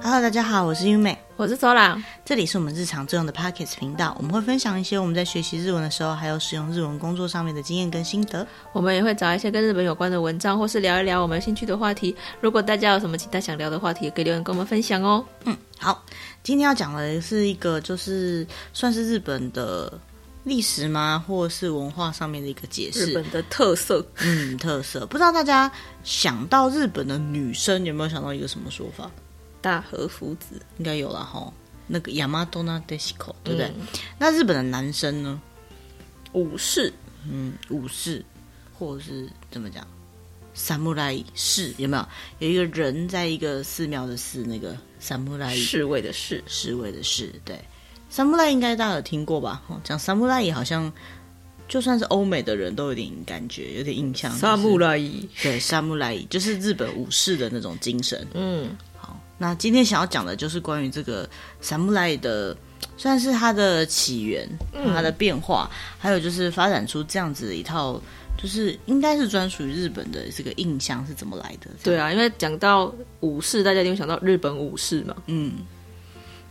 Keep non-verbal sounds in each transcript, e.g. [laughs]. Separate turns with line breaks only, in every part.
Hello，大家好，我是优美，
我是周朗，
这里是我们日常最用的 Pockets 频道，我们会分享一些我们在学习日文的时候，还有使用日文工作上面的经验跟心得。
我们也会找一些跟日本有关的文章，或是聊一聊我们兴趣的话题。如果大家有什么其他想聊的话题，也可以留言跟我们分享哦。
好，今天要讲的是一个就是算是日本的历史吗，或是文化上面的一个解
日
释，
本的特色，
嗯，特色。不知道大家想到日本的女生有没有想到一个什么说法？
大和福子，
应该有了哈，那个亚麻多纳德西
嗯
口，对不对？那日本的男生呢？
武士，
嗯，武士，或者是怎么讲，萨木来士有没有？有一个人在一个寺庙的寺，那个萨木来
侍卫的侍，
侍卫的侍，对，萨木来应该大家有听过吧？哦讲萨木来好像就算是欧美的人都有点感觉，有点印象。就是
来，
对，萨木来就是日本武士的那种精神。
嗯，
好，那今天想要讲的就是关于这个 samurai 的，算是它的起源、它的变化，还有就是发展出这样子的一套，就是应该是专属于日本的这个印象是怎么来的？
对
啊，
啊，因为讲到武士，大家一定会想到日本武士嘛。
嗯，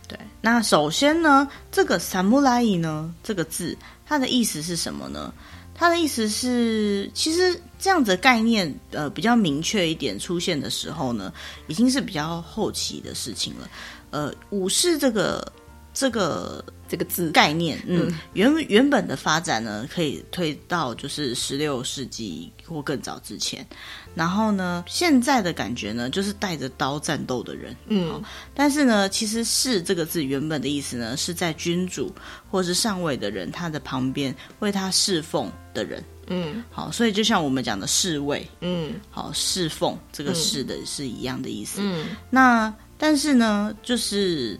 对。那首先呢，这个 samurai 呢这个字，它的意思是什么呢？它的意思是，其实这样子的概念，呃，比较明确一点出现的时候呢，已经是比较后期的事情了。呃，武士这个这个
这个字，
概念，嗯，原原本的发展呢，可以推到就是十六世纪或更早之前。然后呢，现在的感觉呢，就是带着刀战斗的人。
嗯，
但是呢，其实“士”这个字原本的意思呢，是在君主或是上位的人他的旁边为他侍奉的人。
嗯，
好，所以就像我们讲的侍卫，
嗯，
好侍奉这个“侍”的是一样的意思。
嗯，
那但是呢，就是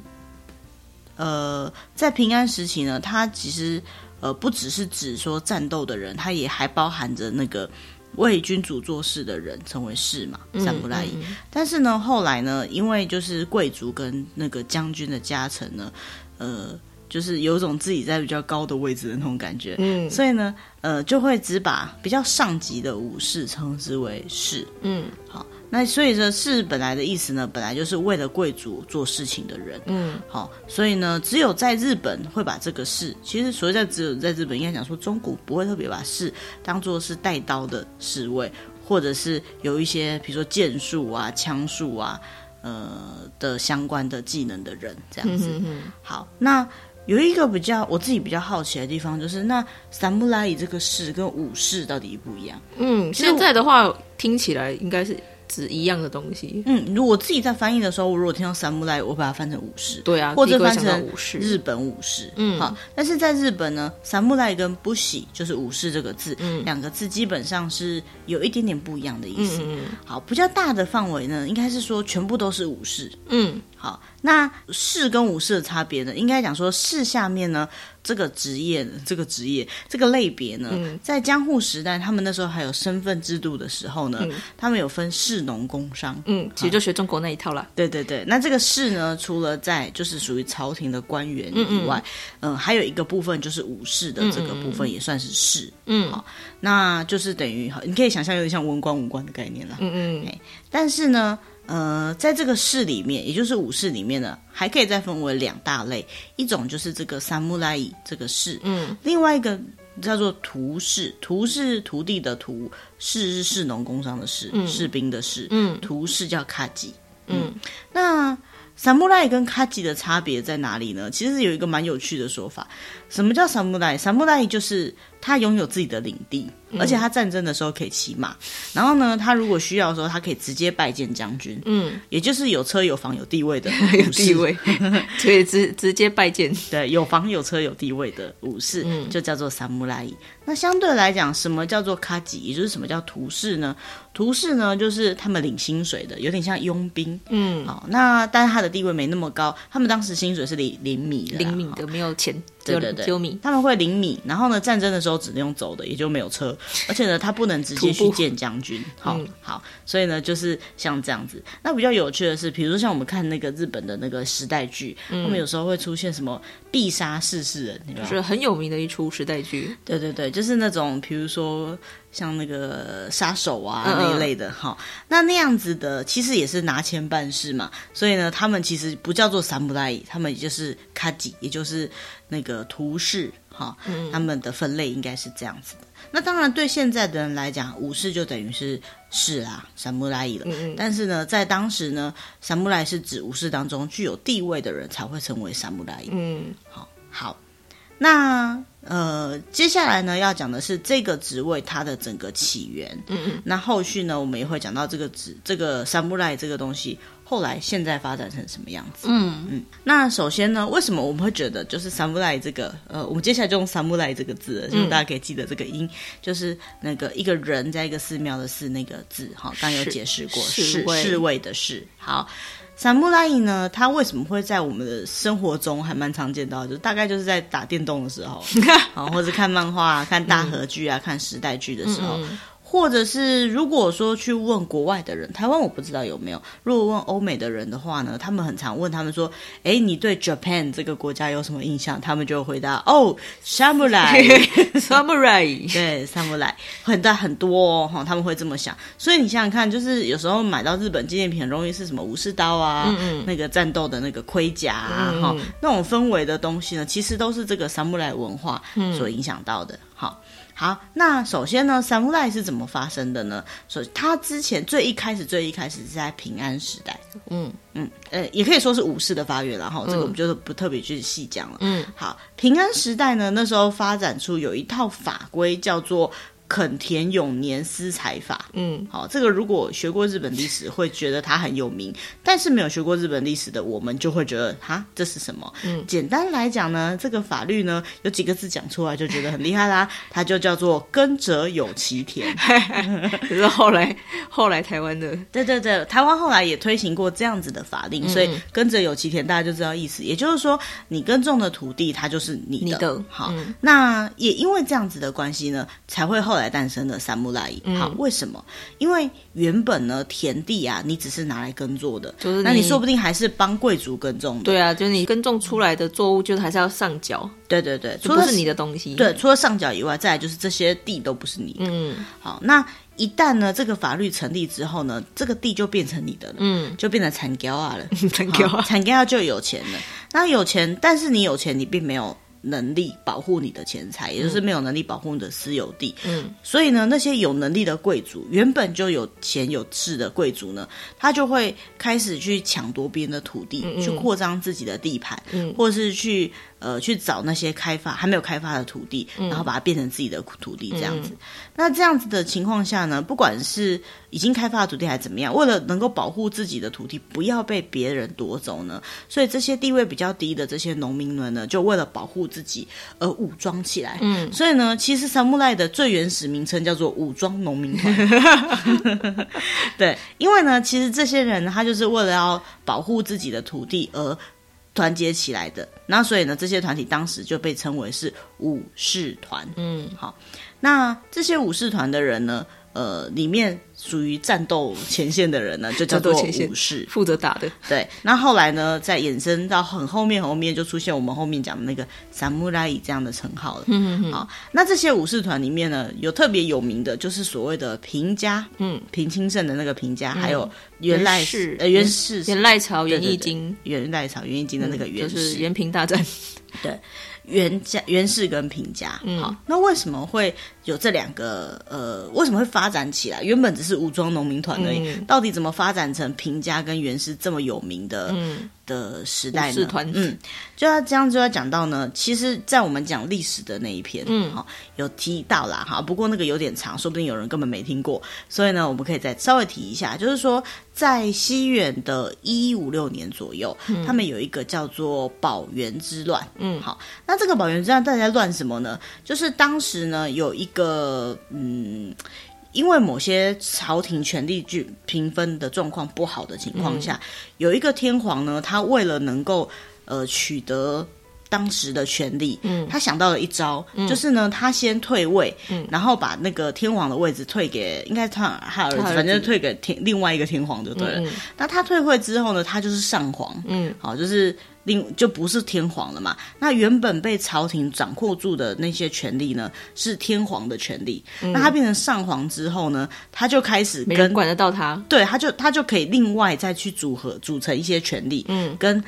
呃，在平安时期呢，它其实呃不只是指说战斗的人，它也还包含着那个为君主做事的人成为士嘛，萨
嗯
姆拉伊。
嗯
但是呢，后来呢，因为就是贵族跟那个将军的加成呢，呃，就是有种自己在比较高的位置的那种感觉，
嗯
所以呢，呃，就会只把比较上级的武士称之为士。
嗯
好，那所以呢，士本来的意思呢，本来就是为了贵族做事情的人。
嗯
好，所以呢，只有在日本会把这个士，其实所谓在只有在日本，应该讲说中古不会特别把士当做是带刀的侍卫，或者是有一些比如说剑术啊、枪术啊，呃的相关的技能的人这样
嗯
子。
嗯
好，那有一个比较我自己比较好奇的地方，就是那三木拉伊这个士跟武士到底一不一样？
嗯，
其实我
现在的话听起来应该是指一样的东西。
嗯，如果自己在翻译的时候，我如果听到三木拉伊，我把它翻成武士。
对啊，
或者
第一个
翻
会想到
成
武士，
日本武士，
嗯
好，但是在日本呢，三木赖跟不喜就是武士这个字，
嗯
两个字基本上是有一点点不一样的意思。
嗯
好，比较大的范围呢，应该是说全部都是武士。
嗯
好，那士跟武士的差别呢，应该讲说士下面呢，这个职业、这个职业、这个类别呢，
嗯
在江户时代，他们那时候还有身份制度的时候呢，他们有分士农工商。
嗯，其实就学中国那一套啦。
对对对，那这个士呢，除了在就是属于朝廷的官员以外，嗯还有一个部分就是武士的这个部分也算是士，
嗯
好，那就是等于好你可以想象有点像文官武官的概念啦。
嗯嗯
但是呢，呃，在这个士里面，也就是武士里面呢，还可以再分为两大类，一种就是这个三木拉伊这个士，
嗯，
另外一个叫做徒士，徒是徒弟的徒，士是士农工商的士，士兵的士，
嗯
徒士叫卡吉，
嗯，
那。萨木赖跟卡吉的差别在哪里呢？其实有一个蛮有趣的说法，什么叫萨木赖？萨木赖就是他拥有自己的领地，
嗯
而且他战争的时候可以骑马，然后呢，他如果需要的时候，他可以直接拜见将军，
嗯，
也就是有车有房有地位的
[laughs] 有
武士
地，位，所以直直接拜见。
对，有房有车有地位的武士，就叫做萨木拉伊。那相对来讲，什么叫做卡吉，也就是什么叫图士呢？图士呢，就是他们领薪水的，有点像佣兵。
嗯，
好，那但是他的地位没那么高，他们当时薪水是零零米的啦，
灵敏
好
的没有钱，只
对
有
对对，
只有米。
他们会领米，然后呢，战争的时候只能用走的，也就没有 [laughs] 车，而且呢，他不能直接
徒
去
步
见将军。好、
嗯
好，所以呢，就是像这样子。那比较有趣的是，比如说像我们看那个日本的那个时代剧，他们有时候会出现什么必杀逝世人，你知道
就
吗？
是很有名的一出时代剧，
对对对，就是那种比如说像那个杀手啊
嗯嗯
那一类的哈。那那样子的其实也是拿钱办事嘛，所以呢，他们其实不叫做三不赖，他们也就是卡吉，也就是那个图士哈，
嗯
他们的分类应该是这样子的。那当然，对现在的人来讲，武士就等于是士啦，三不赖了。
嗯嗯，
但是呢，在当时呢，三木赖是指武士当中具有地位的人才会成为三木赖。
嗯
好，那呃，接下来呢要讲的是这个职位它的整个起源。
嗯嗯，
那后续呢，我们也会讲到这个职这个三木赖这个东西后来现在发展成什么样子。
嗯，
嗯，那首先呢，为什么我们会觉得就是 “samurai” 这个呃，我们接下来就用 “samurai” 这个字了，就是大家可以记得这个音，就是那个一个人在一个寺庙的寺那个字哈，刚刚有
是
解释过，
侍
是
卫
侍卫的侍。好，samurai 呢，它为什么会在我们的生活中还蛮常见到的？就大概就是在打电动的时 [laughs] 候，啊，或者看漫画、啊、看大合剧啊、看时代剧的时候，或者是如果说去问国外的人，台湾我不知道有没有。如果问欧美的人的话呢，他们很常问他们说：“哎，你对 Japan 这个国家有什么印象？”他们就会回答：“哦，samurai。
[laughs] 嗯 samurai，”
对，samurai 很大很多哦，哈他们会这么想。所以你想想看，就是有时候买到日本纪念品，很容易是什么武士刀啊，
嗯
那个战斗的那个盔甲啊，
嗯
哈、那种氛围的东西呢，其实都是这个 samurai 文化
嗯
所影响到的。好，好，那首先呢，samurai 是怎么发生的呢？首，它之前最一开始，最一开始是在平安时代。
嗯
嗯，呃，也可以说是武士的发源啦，哈，这个我们就不特别去细讲了。
嗯，
好，平安时代呢，那时候发展出有一套法规叫做垦田永年私财法。
嗯
好，这个如果学过日本历史，会觉得它很有名；但是没有学过日本历史的，我们就会觉得哈，这是什么？嗯，简单来讲呢，这个法律呢，有几个字讲出来就觉得很厉害啦，它就叫做“耕者有其田”。
可是后来 [laughs] 后来台湾的，
对对对，台湾后来也推行过这样子的法令，
嗯
所以跟着有其田，大家就知道意思。也就是说，你耕种的土地，它就是你的。
你的
好，
嗯
那也因为这样子的关系呢，才会后来诞生的三木赖。
嗯
好，为什么？因为原本呢，田地啊，你只是拿来耕作的，
就是
那你
你
说不定还是帮贵族耕种的。
对啊，就是你耕种出来的作物，就是还是要上缴，
对对对，除
就不
了
是你的东西，
对，，除了上缴以外，再来就是这些地都不是你的。
嗯
好，那一旦呢这个法律成立之后呢，这个地就变成你的了，
嗯，
就变成产胶啊了。
很屌啊，
产家就有钱了。那有钱，但是你有钱，你并没有能力保护你的钱财，也就是没有能力保护你的私有地。
嗯，
所以呢，那些有能力的贵族，原本就有钱有势的贵族呢，他就会开始去抢夺别人的土地，去扩张自己的地盘，
嗯
或是去呃去找那些开发还没有开发的土地，然后把它变成自己的土地这样子。那这样子的情况下呢，不管是已经开发的土地还是怎么样，为了能够保护自己的土地不要被别人夺走呢，所以这些地位比较低的这些农民们呢，就为了保护自己而武装起来。
嗯
所以呢，其实三木赖的最原始名称叫做武装农民团。
[laughs]
对，因为呢，其实这些人呢他就是为了要保护自己的土地而团结起来的。那所以呢，这些团体当时就被称为是武士团。
嗯
那这些武士团的人呢，呃，里面属于战斗前线的人呢，就叫做
战斗前线
武士。
负责打的，
对，那后来呢，再衍生到很后面，很后面就出现我们后面讲的那个萨姆拉伊这样的称号了。
嗯嗯
好，那这些武士团里面呢，有特别有名的，就是所谓的平家，
嗯，
平清盛的那个平家，还有源赖氏
源氏
呃源氏
元赖朝、
对
元
对
义
对
经。
源赖朝源义经的那个源
嗯就
氏，
是元平
[laughs]
大战，
源家源氏跟平家。
嗯
好，那为什么会有这两个呃，为什么会发展起来？原本只是武装农民团而已，
嗯
到底怎么发展成平家跟源氏这么有名的？
嗯
的时代
武
呢
士团，
嗯，就要这样就要讲到呢。其实，在我们讲历史的那一篇，
嗯
好、有提到啦，哈，不过那个有点长，说不定有人根本没听过，所以呢，我们可以再稍微提一下，就是说，在西元的一五六年左右，他们有一个叫做保元之乱，
[laughs] 嗯
好，那这个保元之乱到底在乱什么呢？就是当时呢，有一个嗯。因为某些朝廷权力均平分的状况不好的情况下，
嗯
有一个天皇呢，他为了能够呃取得当时的权力，
嗯
他想到了一招，就是呢，他先退位，
嗯
然后把那个天皇的位置退给，应该是他他儿子，
他儿子
反正退给天另外一个天皇就对了。
嗯
那他退位之后呢，他就是上皇，
嗯
好，就是另就不是天皇了嘛。那原本被朝廷掌握住的那些权利呢，是天皇的权利。那他变成上皇之后呢，他就开始
嗯没人
跟
管得到他。
对，他就他就可以另外再去组合组成一些权利，
嗯，
跟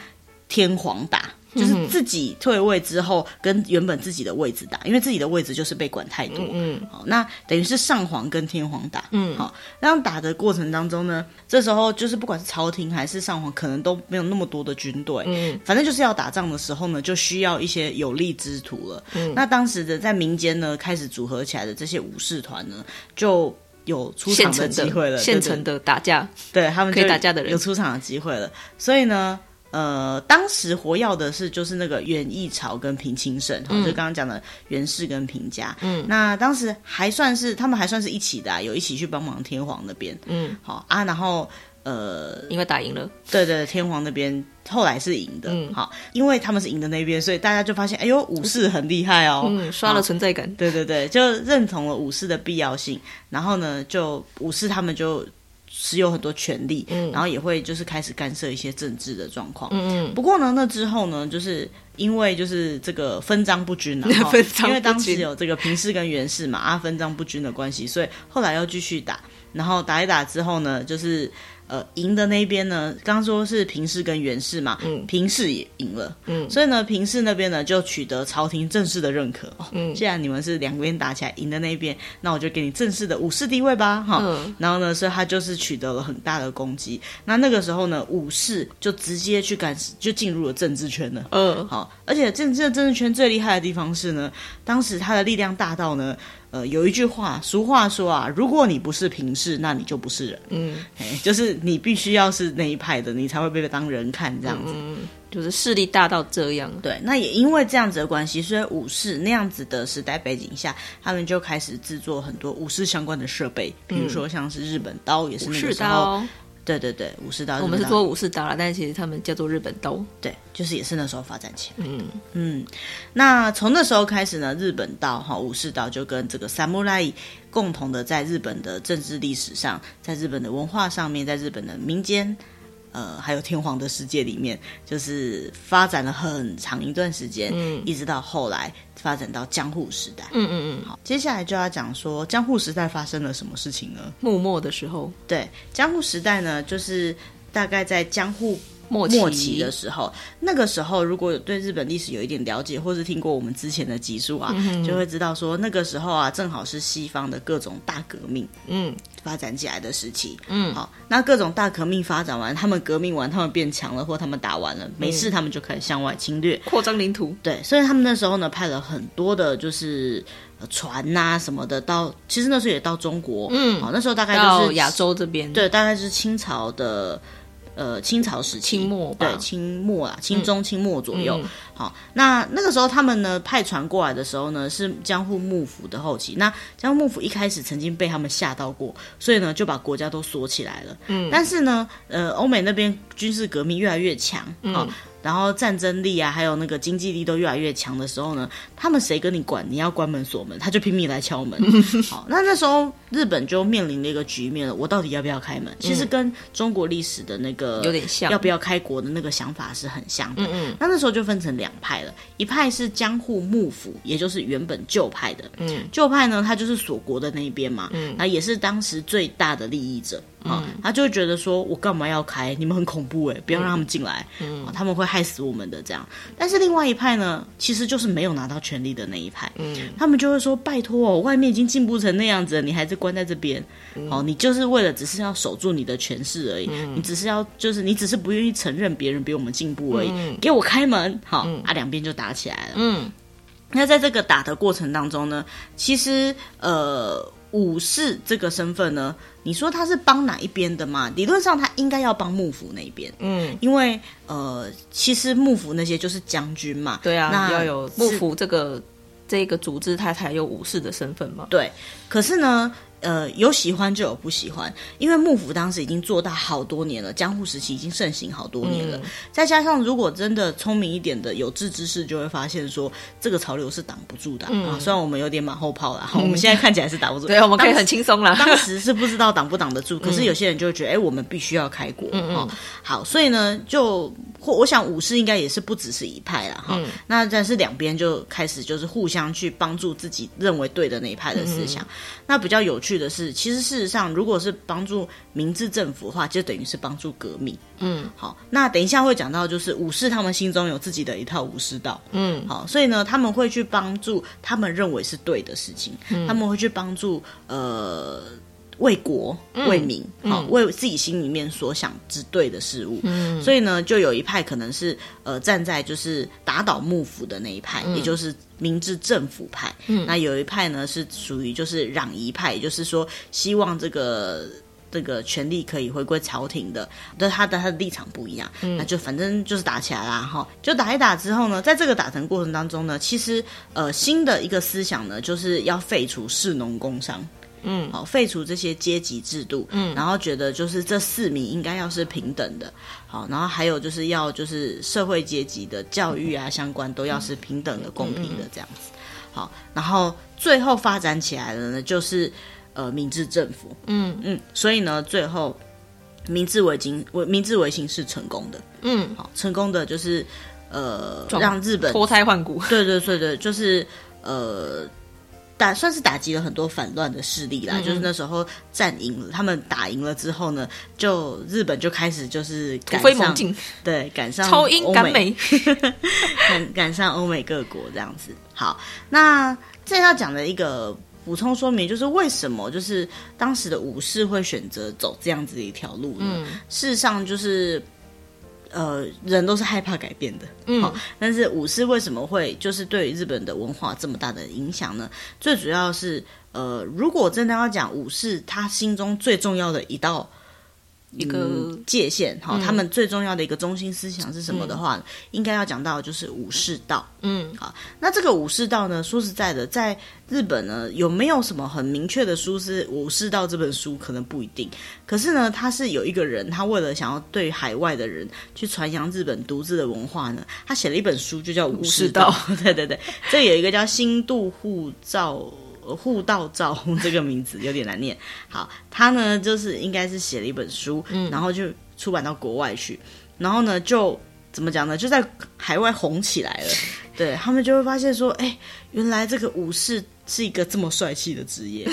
天皇打。就是自己退位之后，跟原本自己的位置打，因为自己的位置就是被管太多。
嗯，
好，那等于是上皇跟天皇打。
嗯
好，那样打的过程当中呢，这时候就是不管是朝廷还是上皇，可能都没有那么多的军队。
嗯，
反正就是要打仗的时候呢，就需要一些有力之徒了。嗯，那当时的在民间呢，开始组合起来的这些武士团呢，就有出
现
场的
成
机会了，
的
对
现
对
成的打架，
对他们
可以
就
打架的人
有出场的机会了。所以呢，呃，当时活跃的是就是那个元义朝跟平清盛，
嗯
哈，就刚刚讲的袁氏跟平家。嗯，那当时还算是他们还算是一起的、啊，有一起去帮忙天皇那边。
嗯，
好啊，然后呃，
因为打赢了，
对对，天皇那边后来是赢的。
嗯
好，因为他们是赢的那边，所以大家就发现，哎呦，武士很厉害哦。
嗯，刷了存在感。
对对对，就认同了武士的必要性，然后呢，就武士他们就持有很多权利，
嗯
然后也会就是开始干涉一些政治的状况。
嗯
不过呢，那之后呢，就是因为就是这个分赃不均啊，
[laughs]
哈
分赃不均
因为当时有这个平氏跟源氏嘛，啊分赃不均的关系，所以后来又继续打，然后打一打之后呢，就是呃赢的那一边呢，刚刚说是平氏跟源氏嘛，
嗯
平氏也赢了，
嗯
所以呢平氏那边呢就取得朝廷正式的认可，哦
嗯
既然你们是两边打起来赢的那一边，那我就给你正式的武士地位吧，哈，
嗯
然后呢，所以他就是取得了很大的攻击。那那个时候呢，武士就直接去干，就进入了政治圈了。
嗯，
好，而且政治政治圈最厉害的地方是呢，当时他的力量大到呢，呃，有一句话，俗话说啊，如果你不是平士，那你就不是人，
嗯
嘿就是你必须要是那一派的，你才会被当人看这样子。
嗯，就是势力大到这样。
对，那也因为这样子的关系，所以武士那样子的时代背景下，他们就开始制作很多武士相关的设备，比如说像是日本刀，也是
嗯武
那
士
个时候，嗯
刀，
对对对，武士刀，
我们
日本
是
刀
说武士刀啦，但其实他们叫做日本刀。
对，就是也是那时候发展起来。
嗯
嗯，那从那时候开始呢，日本道哈武士道就跟这个 samurai 共同的在日本的政治历史上，在日本的文化上面，在日本的民间，呃，还有天皇的世界里面，就是发展了很长一段时间，
嗯
一直到后来发展到江户时代。
嗯嗯嗯，
好，接下来就要讲说江户时代发生了什么事情呢？
幕末的时候，
对，江户时代呢，就是大概在江户
末期
末期的时候，那个时候如果有对日本历史有一点了解，或是听过我们之前的集数啊，
嗯
就会知道说那个时候啊，正好是西方的各种大革命
嗯
发展起来的时期。
嗯
好，那各种大革命发展完，他们革命完，他们变强了，或他们打完了，没
嗯
事，他们就开始向外侵略。
扩张领土。
对，所以他们那时候呢，派了很多的，就是呃船呐、什么的，到其实那时候也到中国，
嗯
好，那时候大概就
到
是
亚洲这边，，
对，大概是清朝的，呃，清朝时期，
清末吧
对，清末啦，清中、清末左右。
嗯
好，那那个时候他们呢派船过来的时候呢，是江户幕府的后期。那江户幕府一开始曾经被他们吓到过，所以呢就把国家都锁起来了。嗯，但是呢，呃，欧美那边军事革命越来越强啊、
嗯
好然后战争力啊，还有那个经济力都越来越强的时候呢，他们谁跟你管？你要关门锁门，他就拼命来敲
[laughs]
门。好，那那时候日本就面临了一个局面了，我到底要不要开门？其实跟中国历史的那个
嗯有点像
要不要开国的那个想法是很像的。
嗯
那那时候就分成两派了，一派是江户幕府，也就是原本旧派的，
嗯
旧派呢，他就是锁国的那一边嘛，那也是当时最大的利益者
嗯
啊，他就会觉得说，我干嘛要开？你们很恐怖哎、不要让他们进来，
嗯
啊他们会害死我们的这样。但是另外一派呢，其实就是没有拿到权力的那一派，
嗯
他们就会说，拜托哦，外面已经进步成那样子了，你还是关在这边，哦，你就是为了只是要守住你的权势而已，
嗯
你只是要就是你只是不愿意承认别人比我们进步而已，
嗯
给我开门，好、啊，两边就打起来了。
嗯，
那在这个打的过程当中呢，其实呃，武士这个身份呢，你说他是帮哪一边的嘛？理论上他应该要帮幕府那一边，
嗯，
因为呃，其实幕府那些就是将军嘛，
对啊，
那
要有幕府这个这个组织，它才有武士的身份嘛。
对，可是呢，呃，有喜欢就有不喜欢，因为幕府当时已经做大好多年了，江户时期已经盛行好多年了。
嗯
再加上如果真的聪明一点的有志之士，就会发现说这个潮流是挡不住的、啊。虽然我们有点马后炮
[laughs]
啦，我们现在看起来是挡不住，
嗯对，啊我们可以
当
很轻松啦。
当时是不知道挡不挡得住，可是有些人就会觉得，哎、我们必须要开国。
嗯嗯
哦，好，所以呢，就或我想武士应该也是不只是一派啦，哈、
嗯
那但是两边就开始就是互相去帮助自己认为对的那一派的思
嗯
想。那比较有趣的是，其实事实上如果是帮助明治政府的话，就等于是帮助革命。
[laughs] 嗯
好，那等一下会讲到，就是武士他们心中有自己的一套武士道。
嗯
好，所以呢，他们会去帮助他们认为是对的事情，
嗯
他们会去帮助呃为国
嗯
为民，好、为自己心里面所想之对的事物。
嗯
所以呢，就有一派可能是呃站在就是打倒幕府的那一派，也就是明治政府派。
嗯
那有一派呢是属于就是攘夷派，也就是说希望这个。这个权力可以回归朝廷的，但他的他的立场不一样，
嗯
那就反正就是打起来啦，哈，就打一打之后呢，在这个打成过程当中呢，其实呃新的一个思想呢，就是要废除士农工商，
嗯
好，哦废除这些阶级制度，嗯，然后觉得就是这四名应该要是平等的，好，然后还有就是要就是社会阶级的教育啊相关都要是平等的、公平
嗯
的这样子，好，然后最后发展起来的呢，就是呃明治政府，
嗯
嗯，所以呢，最后明治维新维明治维新是成功的，
嗯，
好，成功的就是呃
撞
让日本
脱胎换骨。
对对对对，就是呃，打算是打击了很多反乱的势力啦。
嗯嗯
就是那时候战赢了，他们打赢了之后呢，就日本就开始就是
突
赶
飞猛
上，
进，
对，赶上
超英
欧
赶美，
赶赶上欧美各国这样子。好，那这要讲的一个补充说明，就是为什么就是当时的武士会选择走这样子的一条路呢？
嗯
事实上就是。呃，人都是害怕改变的，
嗯
但是武士为什么会就是对日本的文化这么大的影响呢？最主要是呃，如果真的要讲武士，他心中最重要的一道
一个
嗯界限哈，
嗯
他们最重要的一个中心思想是什么的话，应该要讲到就是武士道。
嗯
那这个武士道呢，说实在的，在日本呢，有没有什么很明确的书是武士道这本书，可能不一定。可是呢，他是有一个人，他为了想要对海外的人去传扬日本独自的文化呢，他写了一本书，就叫《武士道》。 [laughs] 对对对，这有一个叫新渡护照。呃护道照这个名字有点难念。好，他呢就是应该是写了一本书，然后就出版到国外去，然后呢就怎么讲呢？就在海外红起来了。对他们就会发现说，哎、原来这个武士是一个这么帅气的职业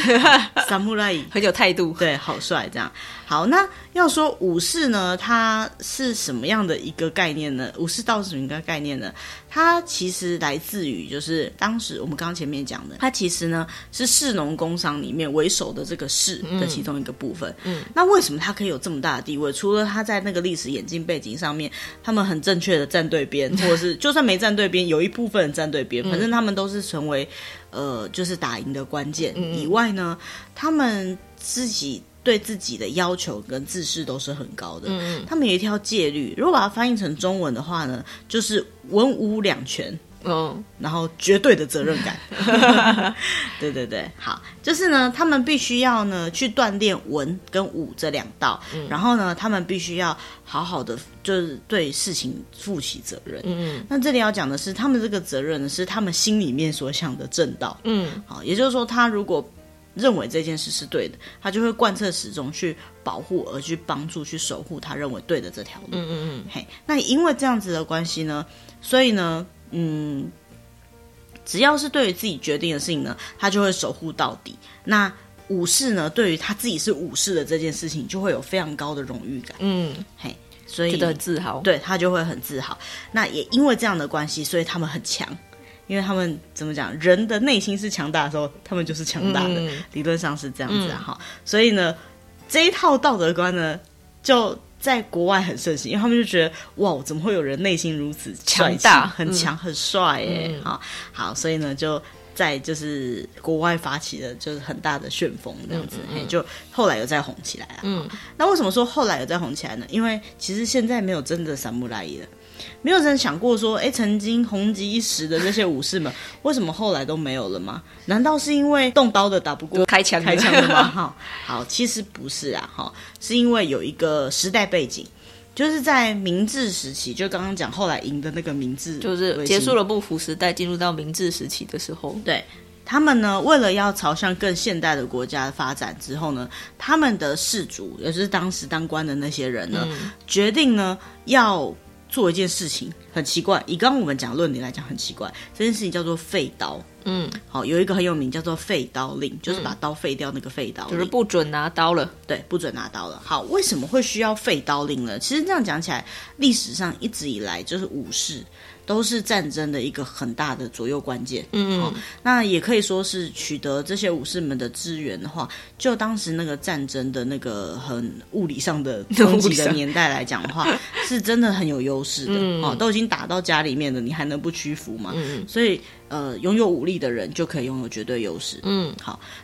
，samurai，
很有态度。
对，好帅这样。好，那要说武士呢，它是什么样的一个概念呢？武士道是什么一个概念呢？它其实来自于就是当时我们刚刚前面讲的，它其实呢是士农工商里面为首的这个士的其中一个部分。
嗯
那为什么它可以有这么大的地位？除了它在那个历史演进背景上面，他们很正确的站对边，或者是就算没站对边，有一部分人站对
嗯
边，反正他们都是成为呃就是打赢的关键。
嗯
以外呢，他们自己对自己的要求跟自视都是很高的。
嗯
他们有一条戒律，如果把它翻译成中文的话呢，就是文武两全。
嗯
然后绝对的责任感。
[laughs]
对对对，好，就是呢，他们必须要呢去锻炼文跟武这两道，
嗯
然后呢，他们必须要好好的就是对事情负起责任。
嗯
那这里要讲的是，他们这个责任呢，是他们心里面所想的正道。
嗯
好，也就是说，他如果认为这件事是对的，他就会贯彻始终去保护，而去帮助、去守护他认为对的这条路。
嗯嗯
嘿，那因为这样子的关系呢，所以呢，嗯，只要是对于自己决定的事情呢，他就会守护到底。那武士呢，对于他自己是武士的这件事情，就会有非常高的荣誉感，
嗯，
所以
觉得很自豪。
对他就会很自豪。那也因为这样的关系，所以他们很强，因为他们怎么讲，人的内心是强大的时候，他们就是强大的。
嗯
理论上是这样子啊，哈、所以呢，这一套道德观呢，就在国外很盛行，因为他们就觉得哇，怎么会有人内心如此帅气
强大
很强、很帅耶、
嗯
好好，所以呢，就在就是国外发起了就是很大的旋风这样子，
嗯嗯嗯
嘿就后来又再红起来啊。
嗯
那为什么说后来有再红起来呢？因为其实现在没有真的散木来了，没有人想过说，哎，曾经红极一时的这些武士们，为什么后来都没有了吗？难道是因为动刀的打不过
开枪
开枪的吗？？
[laughs]
哈，好，其实不是啊，哈，是因为有一个时代背景，就是在明治时期，就刚刚讲后来赢的那个明治，
就是结束。了幕府时代，进入到明治时期的时候，
对他们呢，为了要朝向更现代的国家发展之后呢，他嗯们的士族，也就是当时当官的那些人呢，决定呢要做一件事情，很奇怪。以刚刚我们讲论点来讲，很奇怪，这件事情叫做废刀。
嗯，
好，有一个很有名叫做废刀令，就是把刀废掉那个废刀
就
令，
是不准拿刀了。
对，不准拿刀了。好，为什么会需要废刀令呢？其实这样讲起来，历史上一直以来就是武士都是战争的一个很大的左右关键。
嗯，
那也可以说是取得这些武士们的支援的话，就当时那个战争的那个很物理上 [laughs] 的冲击的年代来讲的 [laughs] 话，是真的很有优势的、
嗯
哦。都已经打到家里面了，你还能不屈服
哦
吗？所以呃，拥有武力的人就可以拥有绝对优势。
嗯，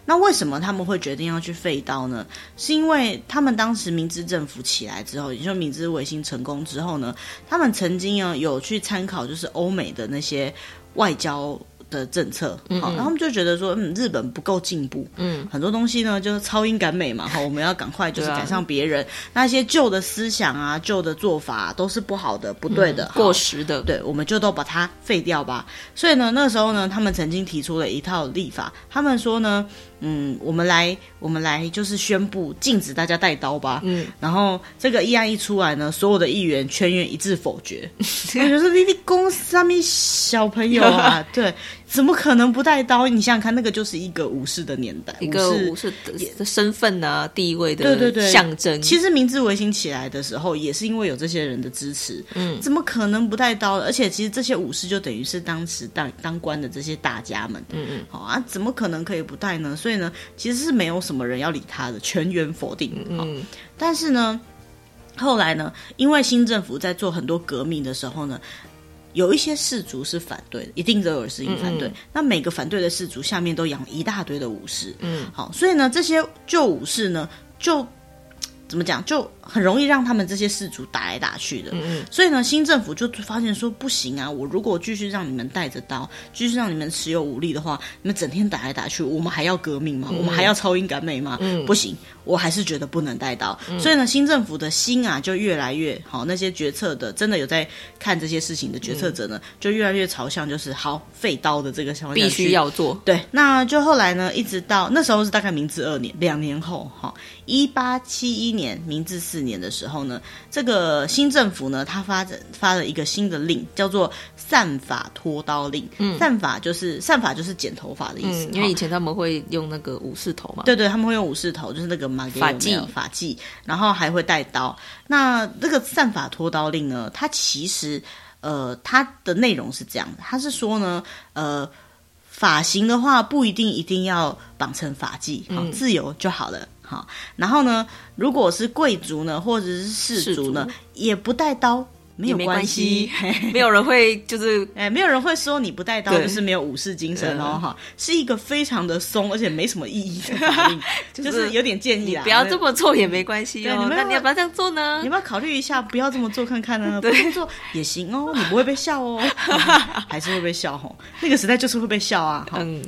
那为什么他们会决定要去废刀呢？是因为他们当时明治政府起来之后，也就是明治维新成功之后呢，他们曾经啊有去参考就是欧美的那些外交。的政策，好，然后他们就觉得说，嗯，日本不够进步，
嗯，
很多东西呢就是超英赶美嘛，哈，我们要赶快就是
对啊
赶上别人，那些旧的思想啊、旧的做法啊、都是不好的、不对的、
嗯过
好
时的。
对，我们就都把它废掉吧。所以呢，那时候呢，他们曾经提出了一套立法，他们说呢，嗯，我们来，我们来就是宣布禁止大家带刀吧。
嗯，
然后这个议案一出来呢，所有的议员全员一致否决。我就是你你公司上面小朋友
[laughs]
啊，对，怎么可能不带刀？你想想看，那个就是一个武士的年代，
一个
士
武士的的身份啊、地位
对对对
的象征。
其
实，
实明治维新起来的时候，也是因为有这些人的支持，
嗯，
怎么可能不带刀的？而且其实这些武士就等于是当时当当官的这些大家们，
嗯嗯，
好、啊，怎么可能可以不带呢？所以呢，其实是没有什么人要理他的，全员否定。好、
嗯
但是呢，后来呢，因为新政府在做很多革命的时候呢。有一些士族是反对的，一定都有士族反对。
嗯嗯
那每个反对的士族下面都养一大堆的武士，
嗯，
好，所以呢，这些旧武士呢，就怎么讲，就很容易让他们这些士族打来打去的。
嗯
所以呢，新政府就发现说不行啊！我如果继续让你们带着刀，继续让你们持有武力的话，你们整天打来打去，我们还要革命吗？我们还要超英赶美吗？
嗯
不行，我还是觉得不能带刀。所以呢，新政府的心啊就越来越好，那些决策的真的有在看这些事情的决策者呢，就越来越朝向就是好废刀的这个方向
嗯必
去
须要做。
对，那就后来呢，一直到那时候是大概明治二年，两年后哈，一八七一年明治四年的时候呢，这个新政府呢，他发展发了一个新的令，叫做散发脱刀令。嗯，散发就是散发就是剪头发的意思，
嗯，因
哈
为以前他们会用那个武士头嘛。
对对，他们会用武士头，就是那个马给有
发
没有
髻
发髻，然后还会带刀。那这个散法脱刀令呢，它其实呃，它的内容是这样的，它是说呢，呃。发型的话不一定一定要绑成发髻，
嗯
好、自由就好了，好。然后呢，如果是贵族呢，或者是士
士
族
族
呢，也不带刀，没有
没
关
关
系
系，没有人会就是
哎，没有人会说你不带刀
对
就是没有武士精神哦，
嗯
哈，是一个非常的松，而且没什么意义
[laughs]
的法令，
就
就是是有点建议
你
啦，
不要
那
这。么做也没关系
啊对你
哦。
们
那你要不要这样做呢
你要？不要考虑一下，不要这么做看看
[laughs]
呢、不这么做也行哦，你不会被笑哦，还是会被笑吼。那个时代就是会被笑啊，哈
嗯，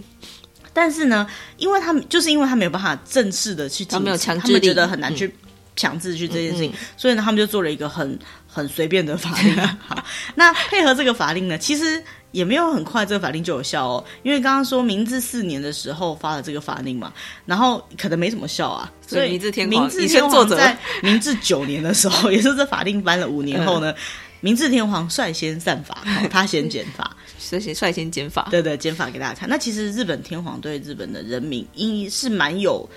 但是呢，因为他们就是因为他没有办法正式的去禁止，
他没有强制
他们觉
力嗯
得很难去强制去这件事情，
嗯嗯
所以呢，他们就做了一个很很随便的法
[laughs]
令。好，那配合这个法令呢，其实。也没有很快，这个法令就有效哦。因为刚刚说明治四年的时候发了这个法令嘛，然后可能没什么效啊。
所以
明
明
治
治天皇
明治
以前
天
作
皇
者
在明治九年的时
[laughs]
候，也就是这法令颁了五年后
嗯
呢，明治天皇率先散法，好他先减法。
率先率先减法，
对对，减法给大家看。那其实日本天皇对日本的人民应是蛮有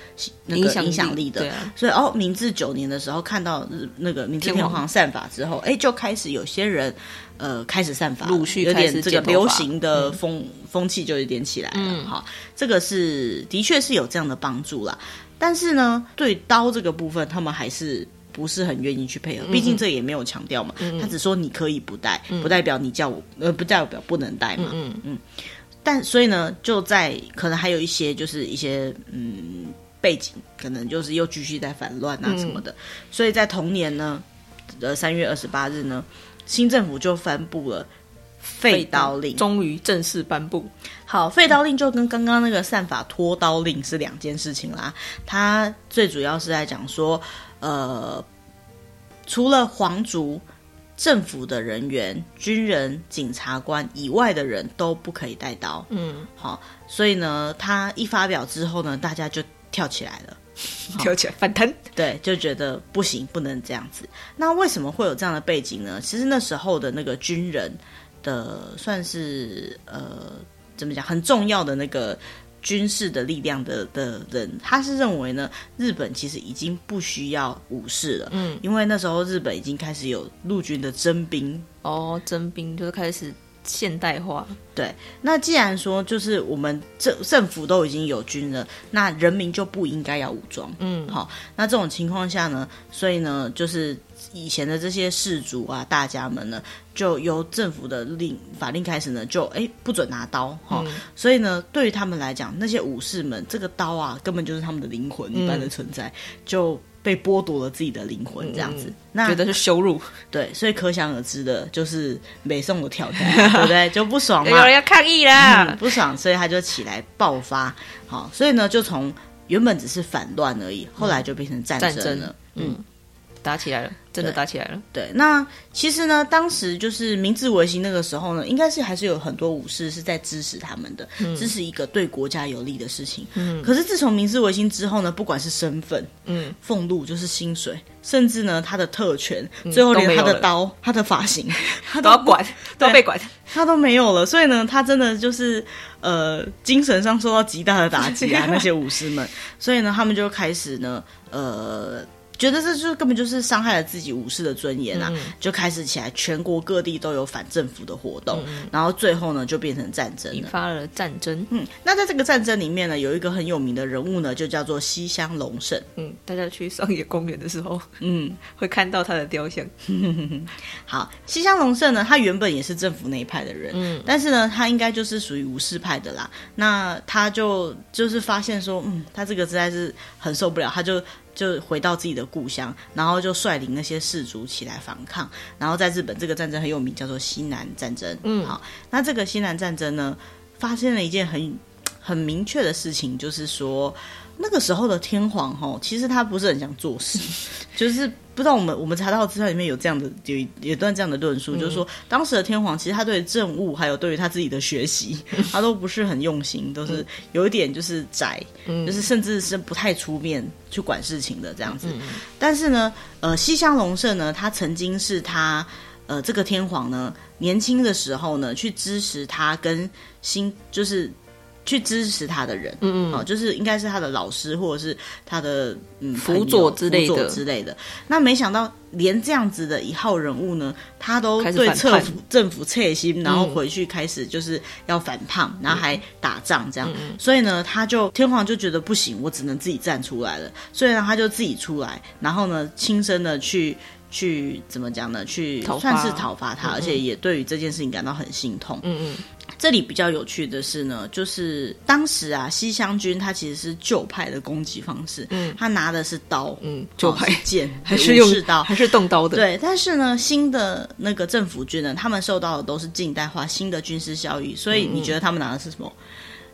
那个
影响
影响力的，
对啊，
所以哦，明治九年的时候看到日那个明治天
天
皇
皇
散法之后，哎，就开始有些人呃开始散法了，
陆续
有
开
点
始
这个
剪头
流
发
行的风、风气就有点起来了。
嗯
好，这个是的确是有这样的帮助啦。但是呢，对刀这个部分，他们还是。不是很愿意去配合，
嗯
毕竟这也没有强调嘛，他只说你可以不带，不代表你叫我，呃，不代表不能带嘛，
嗯
但所以呢，就在可能还有一些就是一些嗯背景，可能就是又继续在反乱啊
嗯
什么的。所以在同年呢，呃三月二十八日呢，新政府就颁布了废刀令。
终于正式颁布。
好，废刀令就跟刚刚那个散法脱刀令是两件事情啦。它最主要是在讲说，呃，除了皇族、政府的人员、军人、检察官以外的人都不可以带刀。
嗯，
好，所以呢，他一发表之后呢，大家就跳起来了。
跳起来反弹。
对，就觉得不行，不能这样子。那为什么会有这样的背景呢？其实那时候的那个军人的算是呃，怎么讲，很重要的那个军事的力量的的人，他是认为呢，日本其实已经不需要武士了，
嗯，
因为那时候日本已经开始有陆军的征兵。
哦，征兵就是开始现代化，
那既然说就是我们政政府都已经有军了，那人民就不应该要武装。
嗯，
好，那这种情况下呢，所以呢，就是以前的这些士族啊、大家们呢，就由政府的令法令开始呢，就哎不准拿刀哈、
嗯
所以呢，对于他们来讲，那些武士们，这个刀啊，根本就是他们的灵魂一
嗯
般的存在，就被剥夺了自己的灵魂这样子。
嗯
那
觉得是羞辱，
对，所以可想而知的，就是北宋的跳台啊，对不对？就不爽
[laughs] 有
嘛，
人要抗议啦
嗯，。不爽，所以他就起来爆发。好，所以呢，就从原本只是反乱而已，后来就变成战
战
争
争
了。嗯
嗯，打起来了，真的
对
打起来了。
对，那其实呢，当时就是明治维新那个时候呢，应该是还是有很多武士是在支持他们的，支持一个对国家有利的事情。
嗯
可是自从明治维新之后呢，不管是身份、
嗯，
俸禄，就是薪水，甚至呢他的特权，最后连他
嗯都没有
的
了
刀、他的发型，他
[laughs] 都要管，都要被管。
他都没有了，所以呢，他真的就是呃，精神上受到极大的打击啊，那些武士们，所以呢，他们就开始呢，呃，觉得这就根本就是伤害了自己武士的尊严啊，就开始起来，全国各地都有反政府的活动，然后最后呢，就变成战争
引
了。
发了战争。
嗯，那在这个战争里面呢，有一个很有名的人物呢，就叫做西乡隆盛。
嗯，大家去上野公园的时候
嗯，
会看到他的雕像。
好，西乡隆盛呢，他原本也是政府那一派的人，
嗯
但是呢，他应该就是属于武士派的啦。那他就就是发现说，嗯，他这个实在是很受不了，他就就回到自己的故乡，然后就率领那些士族起来反抗。然后在日本这个战争很有名，叫做西南战争。
嗯
好，那这个西南战争呢，发现了一件很很明确的事情，就是说。那个时候的天皇吼，其实他不是很想做事，就是不知道我们我们查到的资料里面有这样的有一有一段这样的论述，就是说当时的天皇其实他对政务还有对于他自己的学习，他都不是很用心，都是有一点就是宅，
嗯嗯
就是甚至是不太出面去管事情的这样子。但是呢，呃，西乡隆盛呢，他曾经是他呃这个天皇呢年轻的时候呢去支持他跟新就是去支持他的人，
嗯
哦，就是应该是他的老师或者是他的嗯
辅
朋友
佐之类的
辅佐之类的。那没想到连这样子的一号人物呢，他都
开始
对
反
政
叛嗯
府政府侧心，然后回去开始就是要反抗，然后还打仗这样。
嗯
所以呢，他就天皇就觉得不行，我只能自己站出来了。所以呢，他就自己出来，然后呢，亲身的去。去怎么讲呢？去
讨伐
算是讨伐他，而且也对于这件事情感到很心痛。
嗯嗯
这里比较有趣的是呢，就是当时啊，西乡军他其实是旧派的攻击方式，
嗯
他拿的是刀，
嗯，就还
哦是剑，
还
对
是
武
用
士刀。
还是动刀的。，
对，但是呢，新的那个政府军呢，他们受到的都是近代化新的军事效益，所以
嗯
你觉得他们拿的是什么？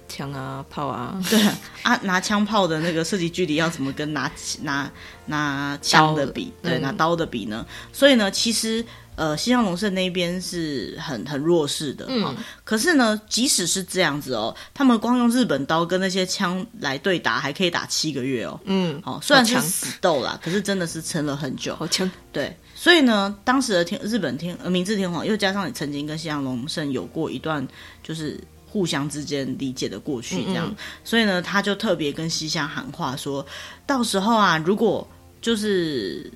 枪啊炮啊，
对啊啊，拿枪炮的那个射击距离要怎么跟拿拿拿枪的比？
刀
对，
嗯
拿刀的比呢？所以呢，其实呃，西乡隆盛那边是很很弱势的，
嗯
哦可是呢，即使是这样子哦，他们光用日本刀跟那些枪来对打，还可以打七个月哦。
嗯，
哦，虽然是
好强
死斗啦，可是真的是撑了很久。
好枪，
对，所以呢，当时的天日本天呃明治天皇，又加上曾经跟西洋隆盛有过一段就是互相之间理解的过去，这样，
嗯嗯
所以呢，他就特别跟西乡喊话说，到时候啊，如果就是。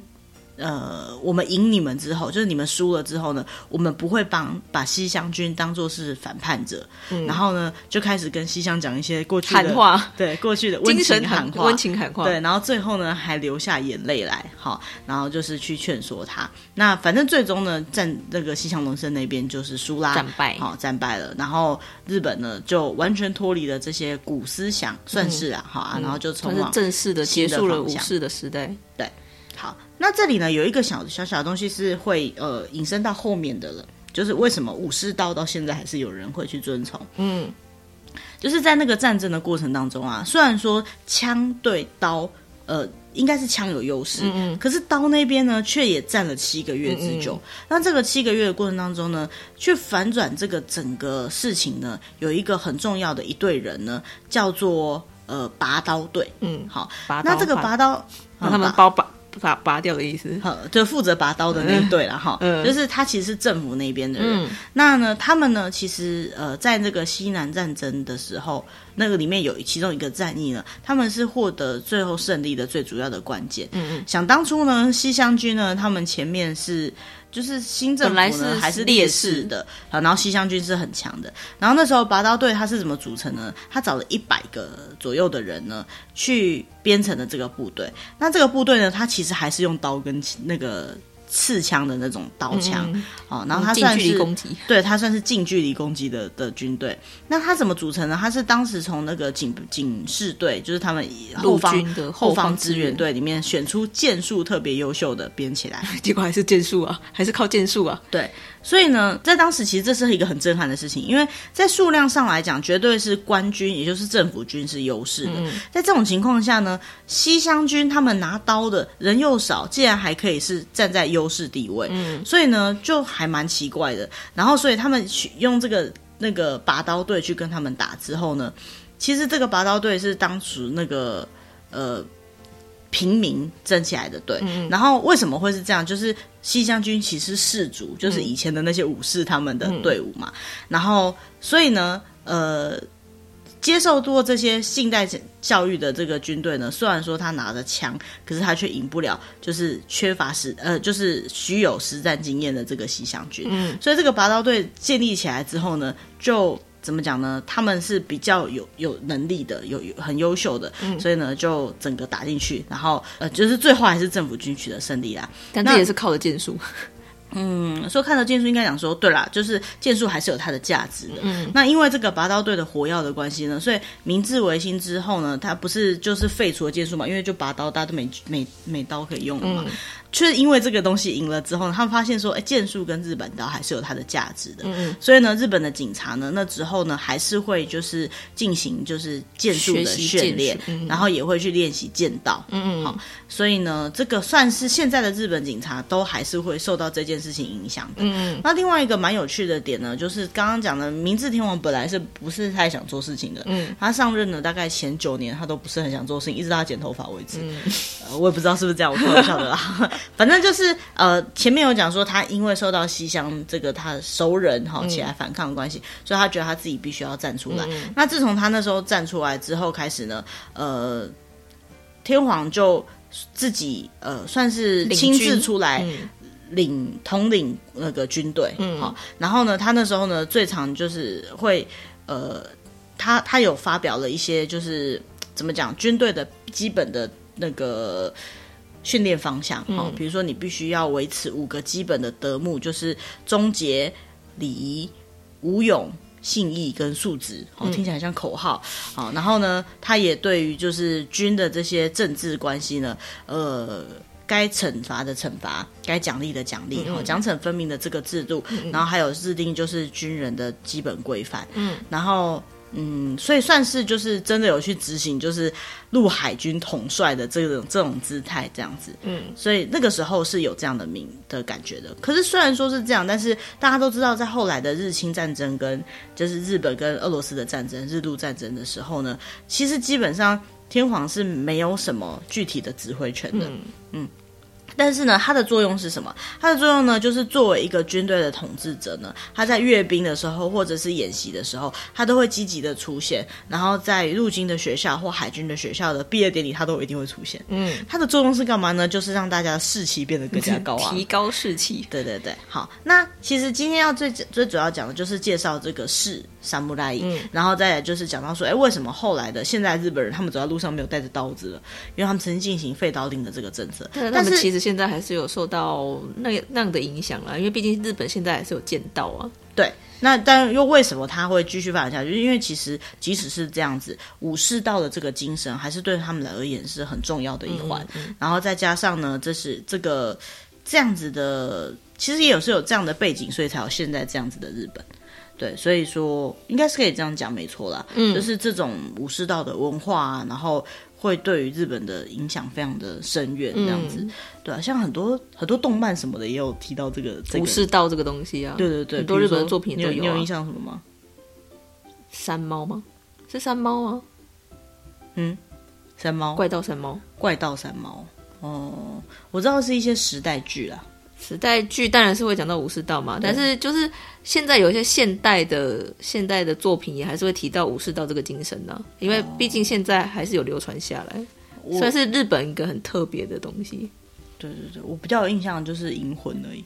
呃，我们赢你们之后，就是你们输了之后呢，我们不会帮把西乡军当做是反叛者，然后呢就开始跟西乡讲一些过去的
嗯喊，话，
对过去的温
精神
情喊话，
温情喊话。
对，然后最后呢还流下眼泪来，好，然后就是去劝说他。那反正最终呢，战那个西乡隆盛那边就是输啦，
战败
啊好战败了。然后日本呢就完全脱离了这些古思想，算是
嗯
啊，好啊，然后就
算
从
是
往
正式的结束了武
新的方向
士的时代。
好。那这里呢有一个小小小的东西是会呃引申到后面的了，就是为什么武士道到现在还是有人会去遵从。
嗯
就是在那个战争的过程当中啊，虽然说枪对刀，呃，应该是枪有优势，
嗯嗯
可是刀那边呢，却也战了七个月之久。
嗯
那这个七个月的过程当中呢，去反转这个整个事情呢，有一个很重要的一队人呢，叫做呃拔刀队。
嗯，
好，
拔刀
那这个拔刀，嗯
把他们
拔
包拔拔拔掉的意思。
呃就负责拔刀的那一队了哈，
嗯
就是他其实是政府那边的人。
嗯
那呢，他们呢，其实呃，在那个西南战争的时候，那个里面有其中一个战役呢，他们是获得最后胜利的最主要的关键。
嗯嗯，
想当初呢，西乡军呢，他们前面是就是新政府呢
本来是
还是
劣
劣
势
势的，好然后西乡军是很强的。然后那时候拔刀队他是怎么组成呢？他找了一百个左右的人呢，去编成的这个部队。那这个部队呢，他其实还是用刀跟那个刺枪的那种刀枪
嗯嗯
哦，然后他
近
算
距离
是
攻击。
对，它算是近距离攻击的的军队。那它怎么组成呢？它是当时从那个警警示队，就是他们以后
陆
方
军的
后
方
方支援，队里面选出剑术特别优秀的编起来。
结果还是剑术啊，还是靠剑术啊。
对，所以呢，在当时其实这是一个很震撼的事情，因为在数量上来讲，绝对是官军，也就是政府军是优势的。
嗯
在这种情况下呢，西乡军他们拿刀的人又少，竟然还可以是站在优势地位，
嗯
所以呢，就还蛮奇怪的。然后，所以他们去用这个那个拔刀队去跟他们打之后呢，其实这个拔刀队是当时那个呃平民争起来的队。
嗯
然后为什么会是这样？就是西乡军其实士族，就是以前的那些武士他们
嗯
的队伍嘛。然后，所以呢，呃，接受过这些近代教育的这个军队呢，虽然说他拿着枪，可是他却赢不了，就是缺乏实呃，就是虚有实战经验的这个西乡军。
嗯
所以这个拔刀队建立起来之后呢，就怎么讲呢？他们是比较有有能力的，有有很优秀的，所以呢就整个打进去，然后呃，就是最后还是政府军取得胜利啦。
但
那
这也是靠着剑术。
嗯，说看到剑术应该讲说，对啦，就是剑术还是有它的价值的。嗯，那因为这个拔刀队的火药的关系呢，所以明治维新之后呢，它不是就是废除了剑术嘛，因为就拔刀大家都没没没刀可以用了嘛。
嗯
却因为这个东西赢了之后，他们发现说，哎，剑术跟日本刀还是有它的价值的。
嗯
所以呢，日本的警察呢，那之后呢，还是会就是进行就是剑术的
学习
训练
剑术，嗯
然后也会去练习剑道。
[laughs] 嗯
好所以呢，这个算是现在的日本警察都还是会受到这件事情影响的。
嗯
那另外一个蛮有趣的点呢，就是刚刚讲的明治天皇本来是不是太想做事情的？
嗯
他上任了大概前九年，他都不是很想做事情，一直到他剪头发为止。
嗯
[laughs] 呃我也不知道是不是这样，我开玩笑的啦。 [laughs] 反正就是呃，前面有讲说他因为受到西乡这个他熟人哈
嗯
起来反抗的关系，所以他觉得他自己必须要站出来。
嗯
那自从他那时候站出来之后开始呢，呃，天皇就自己呃算是
领
亲自
军
出来
嗯
领统领那个军队，
嗯
好、然后呢，他那时候呢，最常就是会，呃，他他有发表了一些就是怎么讲军队的基本的那个训练方向，好、比如说你必须要维持五个基本的德目，就是忠节、礼仪、武勇。信义跟素质，哦，听起来像口号，好、然后呢，他也对于就是军的这些政治关系呢，呃，该惩罚的惩罚，该奖励的奖励，哈、奖惩分明的这个制度，然后还有制定就是军人的基本规范，嗯，然后嗯，所以算是就是真的有去执行就是陆海军统帅的这种这种姿态这样子，
嗯，
所以那个时候是有这样的名的感觉的。可是虽然说是这样，但是大家都知道，在后来的日清战争跟就是日本跟俄罗斯的战争、日陆战争的时候呢，其实基本上天皇是没有什么具体的指挥权的。
嗯
但是呢，它的作用是什么？它的作用呢，就是作为一个军队的统治者呢，他在阅兵的时候或者是演习的时候，他都会积极的出现，然后在陆军的学校或海军的学校的毕业典礼，他都一定会出现。
嗯，
它的作用是干嘛呢？就是让大家的士气变得更加高
[laughs]
昂。
提高啊士气。
对对对，好，那其实今天要最最主要讲的就是介绍这个是山木赖伊，
嗯
然后再来就是讲到说，哎，为什么后来的现在日本人他们走在路上没有带着刀子了？因为他们曾经进行废刀令的这个政策，
但
但
他们
是
其实现在还是有受到那那样的影响啦，因为毕竟日本现在还是有剑道啊。
对，那但又为什么他会继续发展下去？就是因为其实即使是这样子，武士道的这个精神还是对他们来而言是很重要的
嗯
一环。然后再加上呢，这是这个这样子的，其实也有是有这样的背景，所以才有现在这样子的日本。对，所以说应该是可以这样讲，没错啦。嗯，就是这种武士道的文化、啊，然后会对于日本的影响非常的深远，这样子。
嗯
对啊，像很多很多动漫什么的也有提到这个这个
武士道这个东西啊，
对对对，
很多
比如
日本的
说
作品
你
都
有。
有
你有
啊
印象什么吗？
山猫吗？是山猫吗？
山猫
怪盗神猫
怪盗山猫。哦，我知道是一些时代剧啦。
时代剧当然是会讲到武士道嘛，但是就是现在有一些现代的现代的作品也还是会提到武士道这个精神呢、因为毕竟现在还是有流传下来，
哦我
算是日本一个很特别的东西。
对对对，我比较有印象的就是《银魂》而已。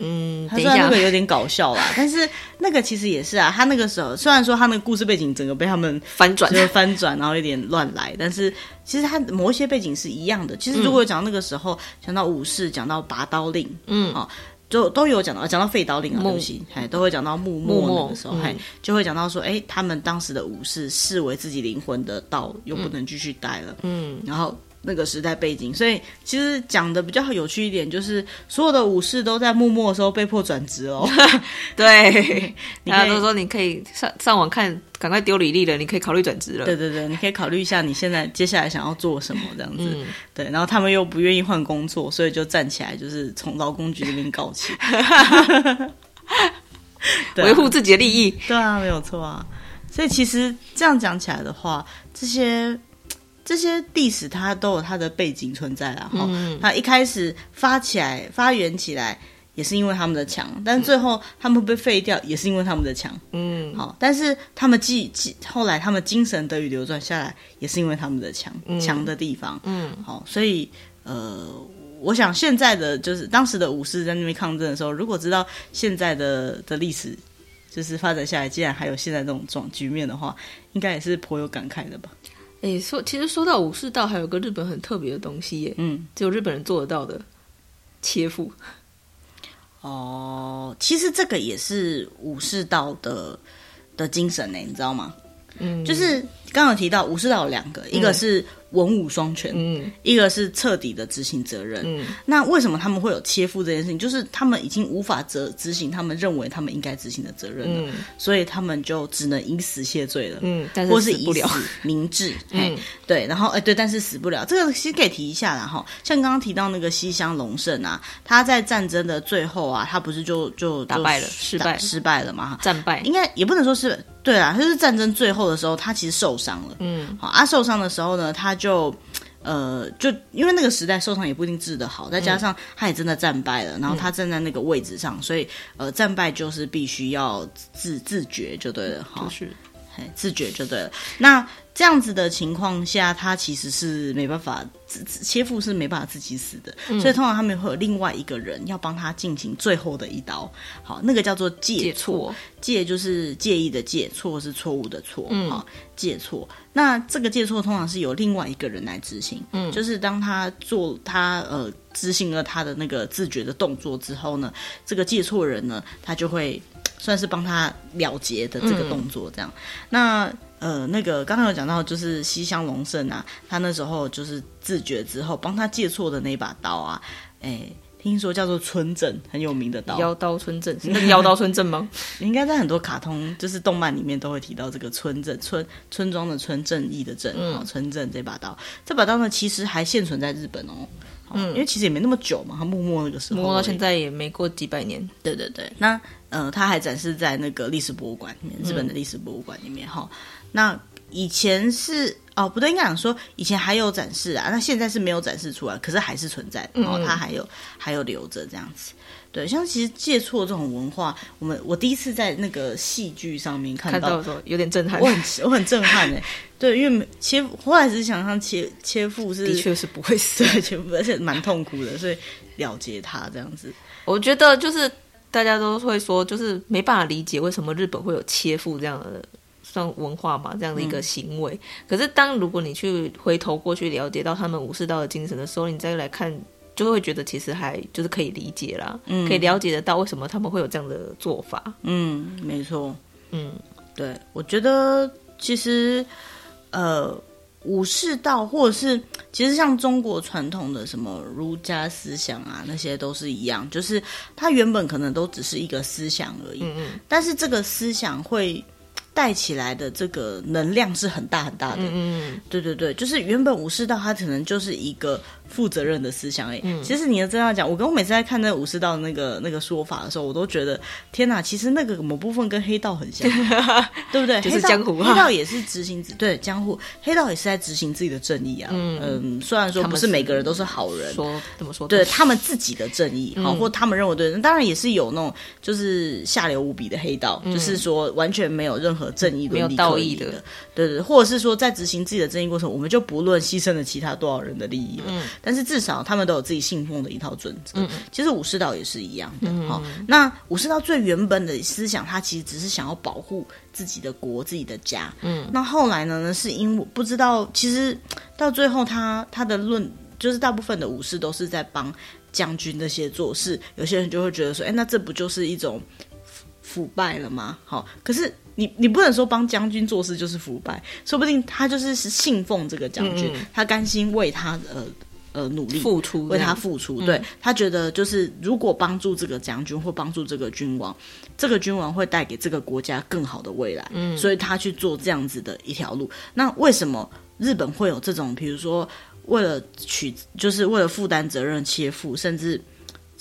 嗯，
他
等一
虽然那
下
个，有点搞笑啦，但是那个其实也是啊。他那个时候虽然说他那个故事背景整个被他们
反转
就，是翻转，然后有点乱来，但是其实他某一些背景是一样的。其实如果有讲到那个时候，讲到武士，讲到拔刀令，
嗯，
就都有讲到，讲到废刀令啊，
木
对不起，哎，都会讲到幕
幕
末
末
那个时候，哎、
嗯
就会讲到说，哎，他们当时的武士视为自己灵魂的道，又不能继续待了，
嗯，
然后那个时代背景，所以其实讲的比较有趣一点，就是所有的武士都在幕末的时候被迫转职
[laughs]
哦，
对，
你
[laughs]
可
大家都
以。
说你可以上上网看，赶快丢履历了，你可以考虑转职了。
对对对，你可以考虑一下你现在接下来想要做什么这样子。
嗯，
对，然后他们又不愿意换工作，所以就站起来，就是从劳工局那边告
[laughs]
起，对啊
维护自己的利益。
[laughs] 对啊，没有错啊。所以其实这样讲起来的话，这些这些历史它都有它的背景存在啦。哈、
嗯
它一开始发起来、发源起来，也是因为他们的强，但最后他们被废掉，也是因为他们的强。
嗯
好，但是他们继继后来他们精神得以流转下来，也是因为他们的强
嗯
强、的地方。
嗯，
好，所以呃，我想现在的就是当时的武士在那边抗争的时候，如果知道现在的的历史就是发展下来，竟然还有现在这种状局面的话，应该也是颇有感慨的吧？
诶，说其实说到武士道，还有个日本很特别的东西耶，
嗯，
只有日本人做得到的切腹。
哦，其实这个也是武士道的的精神呢、你知道吗？
嗯，
就是刚刚有提到武士道有两个，一个是文武双全，
嗯
一个是彻底的执行责任。
嗯
那为什么他们会有切腹这件事情？就是他们已经无法责执行他们认为他们应该执行的责任了。
嗯
所以他们就只能以死谢罪了，
嗯，但
或
是
是
死
以
不了。
死明志。哎
嗯，
对，然后哎、对，但是死不了，这个其实可以提一下啦哈。像刚刚提到那个西乡隆盛啊，他在战争的最后啊，他不是就就
打
就
败了
打
失败
失败了嘛？哈
[laughs] 战败。
应该也不能说是对啦，就是战争最后的时候，他其实受伤了。
嗯
好，啊，受伤的时候呢，他就。呃，就因为那个时代受伤也不一定治得好，再
嗯
加上他也真的战败了，然后他站在那个位置上，所以呃，战败就是必须要自自觉就对了，好
嗯就，是
嘿自觉就对了。那这样子的情况下，他其实是没办法自自切腹是没办法自己死的，
嗯
所以通常他们会有另外一个人要帮他进行最后的一刀，好，那个叫做
解
戒错，
错，
戒就是介意的戒，错是错误的错，
嗯
好、戒错。那这个戒错通常是由另外一个人来执行，
嗯
就是当他做他呃执行了他的那个自觉的动作之后呢，这个戒错人呢，他就会算是帮他了结的这个动作这样。
嗯
那呃，那个刚刚有讲到，就是西乡隆盛啊，他那时候就是自觉之后帮他戒错的那一把刀啊，哎，听说叫做村正，很有名的刀，
妖刀村正是那个妖刀村正 [laughs] 吗？
应该在很多卡通，就是动漫里面都会提到这个村镇村村庄的村正义的正
嗯
啊、村镇这把刀，这把刀呢其实还现存在日本哦。好
嗯
因为其实也没那么久嘛，它幕末那个时候而已，
摸到现在也没过几百年。
对对对，那呃，它还展示在那个历史博物馆里
嗯
面，日本的历史博物馆里面哈、那以前是哦，不对，应该讲说以前还有展示啊，那现在是没有展示出来，可是还是存在的，然后
嗯
它还有还有留着这样子。对，像其实借错这种文化，我们我第一次在那个戏剧上面看
看
到
到，的时候有点震撼
我，很我很震撼
[laughs]
哎、对，因为切后来只是想象切切腹是
的确是不会死。
对切腹，而且蛮痛苦的，所以了结它这样子。
我觉得就是大家都会说，就是没办法理解为什么日本会有切腹这样的算文化嘛，这样的一个行为。可是当如果你去回头过去了解到他们武士道的精神的时候，你再来看。就会觉得其实还就是可以理解啦，
嗯
可以了解得到为什么他们会有这样的做法。
嗯，没错。
嗯，
对，我觉得其实呃，武士道或者是呃其实像中国传统的什么儒家思想啊，那些都是一样，就是它原本可能都只是一个思想而已，
嗯嗯
但是这个思想会带起来的这个能量是很大很大的。
嗯，
对对对，就是原本武士道它可能就是一个负责任的思想而已。
嗯
其实你要这样讲，我跟我每次在看那个武士道那个那个说法的时候，我都觉得天哪，其实那个某部分跟黑道很
[laughs]
像，对不对？
就是
黑道
江湖啊
黑道也是执行自对江湖，黑道也是在执行自己的正义啊。嗯虽然说
他们
不是每个人都是好人。
说怎么说？嗯
对他们自己的正义，好、或他们认为对，当然也是有那种就是下流无比的黑道，就是说完全没有任何正义
嗯没有
伦理
道
可
义
言的
的，
对对，或者是说在执行自己的正义过程，我们就不论牺牲了其他多少人的利益了，
嗯
但是至少他们都有自己信奉的一套准则。其实武士道也是一样的。
嗯
好、那武士道最原本的思想，它其实只是想要保护自己的国、自己的家。嗯，那后来呢？是因为不知道，其实到最后他他的论就是大部分的武士都是在帮将军那些做事，有些人就会觉得说，哎，那这不就是一种腐腐败了吗？好，可是你你不能说帮将军做事就是腐败，说不定他就是是信奉这个将军，
嗯嗯
他甘心为他呃呃努力
付出
为
这
他
样
付出，对他觉得就是如果帮助这个将军或帮助这个君王，这个君王会带给这个国家更好的未来，嗯，所以他去做这样子的一条路。那为什么日本会有这种，比如说为了取，就是为了负担责任切腹，甚至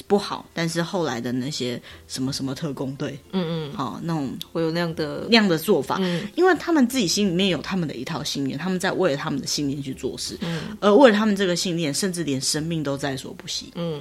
不好，但是后来的那些什么什么特工队，
嗯嗯，
好、那种
会有那样的
那样的做法，
嗯
因为他们自己心里面有他们的一套信念，他们在为了他们的信念去做事，
嗯
而为了他们这个信念，甚至连生命都在所不惜。
嗯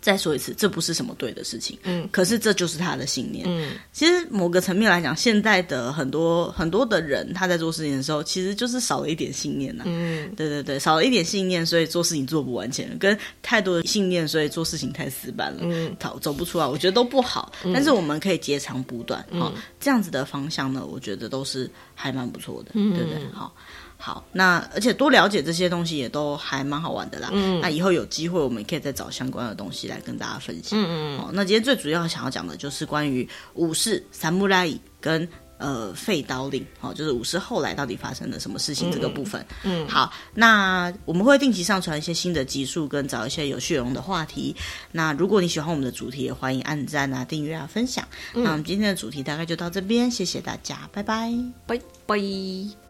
再说一次，这不是什么对的事情，
嗯
可是这就是他的信念。
嗯
其实某个层面来讲，现在的很多很多的人，他在做事情的时候，其实就是少了一点信念呐、啊
嗯，
对对对，少了一点信念，所以做事情做不完全；跟太多的信念，所以做事情太死板了，
嗯
讨走不出来。我觉得都不好，但是我们可以截长补短，
嗯
好、这样子的方向呢，我觉得都是还蛮不错的，
嗯
对不对？好。好，那而且多了解这些东西也都还蛮好玩的啦。嗯，那以后有机会我们可以再找相关的东西来跟大家分享。嗯嗯。哦，那今天最主要想要讲的就是关于武士、三木拉伊跟呃废刀令，好、就是武士后来到底发生了什么事情这个部分。嗯，好，那我们会定期上传一些新的集数，跟找一些有血容的话题。那如果你喜欢我们的主题，也欢迎按赞啊、订阅啊、分享。那我们今天的主题大概就到这边，谢谢大家，拜拜。
拜拜。